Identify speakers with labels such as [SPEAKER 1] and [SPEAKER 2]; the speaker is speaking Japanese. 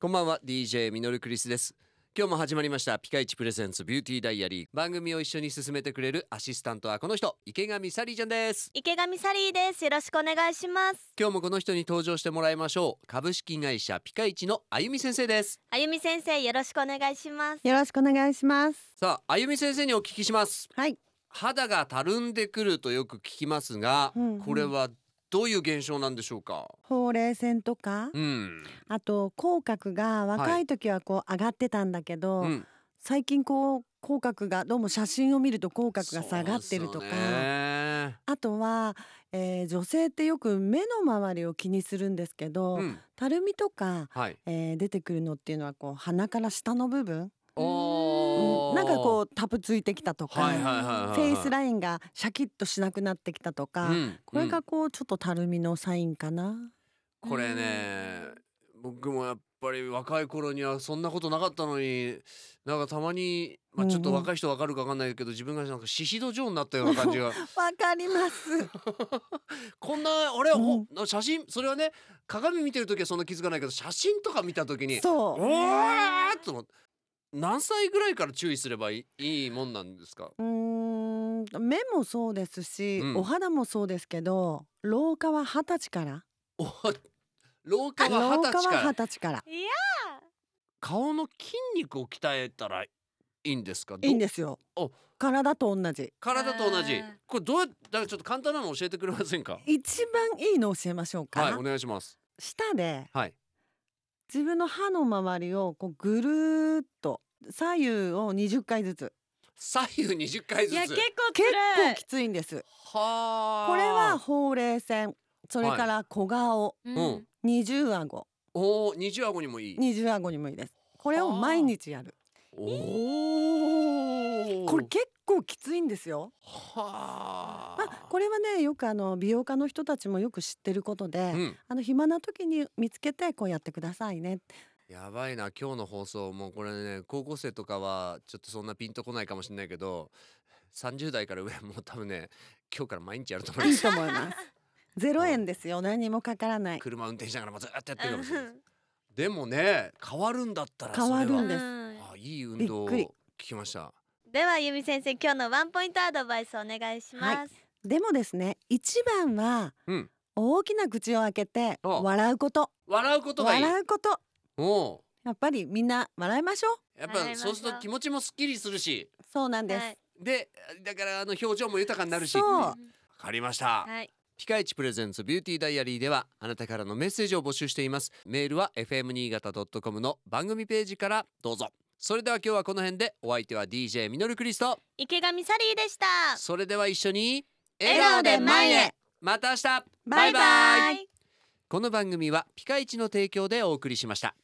[SPEAKER 1] こんばんは DJ ミノルクリスです今日も始まりましたピカイチプレゼンツビューティーダイアリー番組を一緒に進めてくれるアシスタントはこの人池上サリーちゃんです
[SPEAKER 2] 池上サリーですよろしくお願いします
[SPEAKER 1] 今日もこの人に登場してもらいましょう株式会社ピカイチのあゆみ先生です
[SPEAKER 2] あゆみ先生よろしくお願いします
[SPEAKER 3] よろしくお願いします。
[SPEAKER 1] さああゆみ先生にお聞きします
[SPEAKER 3] はい。
[SPEAKER 1] 肌がたるんでくるとよく聞きますが、
[SPEAKER 3] うんうん
[SPEAKER 1] これはどういう現象なんでしょうか
[SPEAKER 3] ほうれい線とか、
[SPEAKER 1] うん、
[SPEAKER 3] あと口角が若い時はこう上がってたんだけど、
[SPEAKER 1] うん、
[SPEAKER 3] 最近こう口角がどうも写真を見ると口角が下がってるとか
[SPEAKER 1] そうですよね
[SPEAKER 3] あとは、えー女性ってよく目の周りを気にするんですけど、
[SPEAKER 1] うん、
[SPEAKER 3] たるみとか、
[SPEAKER 1] はい
[SPEAKER 3] えー出てくるのっていうのはこう鼻から下の部分、
[SPEAKER 1] お
[SPEAKER 3] うんなんかこ
[SPEAKER 1] う
[SPEAKER 3] うタプついてきたとか、
[SPEAKER 1] はいはいはいはいはい
[SPEAKER 3] フェイスラインがシャキッとしなくなってきたとか、
[SPEAKER 1] うん
[SPEAKER 3] これ
[SPEAKER 1] う
[SPEAKER 3] が
[SPEAKER 1] ん
[SPEAKER 3] こうちょっとたるみのサインかな。
[SPEAKER 1] これね僕もやっぱり若い頃にはそんなことなかったのになんかたまに、まあ、ちょっと
[SPEAKER 3] うんうん
[SPEAKER 1] 若い人わかるかわかんないけど、自分がなんかシシド状になったような感じ が
[SPEAKER 3] わかります。
[SPEAKER 1] こんなあれ、
[SPEAKER 3] うん
[SPEAKER 1] ほ写真それはね鏡見てる時はそんな気づかないけど写真とか見た時に
[SPEAKER 3] そう
[SPEAKER 1] おーっと思って何歳ぐらいから注意すればいいいいもんなんですか
[SPEAKER 3] うーん目もそうですし、
[SPEAKER 1] うん
[SPEAKER 3] お肌もそうですけど老化は二十歳から
[SPEAKER 1] お老化は
[SPEAKER 3] 老
[SPEAKER 1] 二十
[SPEAKER 3] 化
[SPEAKER 1] 歳から
[SPEAKER 3] は二十歳から
[SPEAKER 1] 顔の筋肉を鍛えたらいいんですかど
[SPEAKER 3] いいんですよ
[SPEAKER 1] お
[SPEAKER 3] 体と同じ
[SPEAKER 1] 体と同
[SPEAKER 2] あ
[SPEAKER 1] じ
[SPEAKER 2] ー
[SPEAKER 1] これどうやだからちょっと簡単なの教えてくれませんか
[SPEAKER 3] 一番いいの教えましょうか、
[SPEAKER 1] はいお願いします
[SPEAKER 3] 舌で
[SPEAKER 1] はい
[SPEAKER 3] 自分の歯の周りをこうぐるーっと左右を20回ずつ
[SPEAKER 1] 左右二十回ずつ
[SPEAKER 3] 結
[SPEAKER 2] 辛い
[SPEAKER 3] 構きついんです
[SPEAKER 1] はあ
[SPEAKER 3] これはほうれい線それから小顔、
[SPEAKER 2] う
[SPEAKER 1] うんん
[SPEAKER 3] 二重顎
[SPEAKER 1] おお二重顎にもいい
[SPEAKER 3] 二重顎にもいいですこれを毎日やる
[SPEAKER 1] おお
[SPEAKER 3] これ結構きついんですよ
[SPEAKER 1] は
[SPEAKER 3] まあ、これはねよくあの美容家の人たちもよく知ってることで、
[SPEAKER 1] うん
[SPEAKER 3] あの暇な時に見つけてこうやってくださいね
[SPEAKER 1] やばいな今日の放送もうこれね高校生とかはちょっとそんなピンとこないかもしれないけど30代から上はもう多分ね今日から毎日やると思いま
[SPEAKER 3] いい
[SPEAKER 1] す
[SPEAKER 3] と思います。ゼロ円ですよ何もかからない
[SPEAKER 1] 車運転しながらもずっとやってるかもしれない ですでもね変わるんだったらそれは
[SPEAKER 3] 変わるんだ
[SPEAKER 2] うん
[SPEAKER 1] あいい運動を
[SPEAKER 3] びっくり
[SPEAKER 1] 聞きました
[SPEAKER 2] ではあゆみ先生今日のワンポイントアドバイスお願いします、
[SPEAKER 3] でもですね一番は、
[SPEAKER 1] うん
[SPEAKER 3] 大きな口を開けて
[SPEAKER 1] あ
[SPEAKER 3] 笑うこと
[SPEAKER 1] 笑うことがいい
[SPEAKER 3] 笑うこと
[SPEAKER 1] おう
[SPEAKER 3] やっぱりみんな笑いましょう
[SPEAKER 1] やっ
[SPEAKER 2] 笑い
[SPEAKER 1] ぱ
[SPEAKER 2] ましょう
[SPEAKER 1] そうすると気持ちもすっきりするし
[SPEAKER 3] そうなんです、
[SPEAKER 2] はい
[SPEAKER 1] でだからあの表情も豊かになるし
[SPEAKER 3] そう
[SPEAKER 1] わ
[SPEAKER 3] あ
[SPEAKER 1] かりました
[SPEAKER 2] はい
[SPEAKER 1] ピカイチプレゼンツビューティーダイアリーではあなたからのメッセージを募集していますメールは fm 新潟 .com の番組ページからどうぞそれでは今日はこの辺でお相手は DJ ミノルクリスト
[SPEAKER 2] 池上サリーでした
[SPEAKER 1] それでは一緒に
[SPEAKER 2] 笑顔で前へ
[SPEAKER 1] また明日
[SPEAKER 3] バイバイ
[SPEAKER 1] この番組はピカイチの提供でお送りしました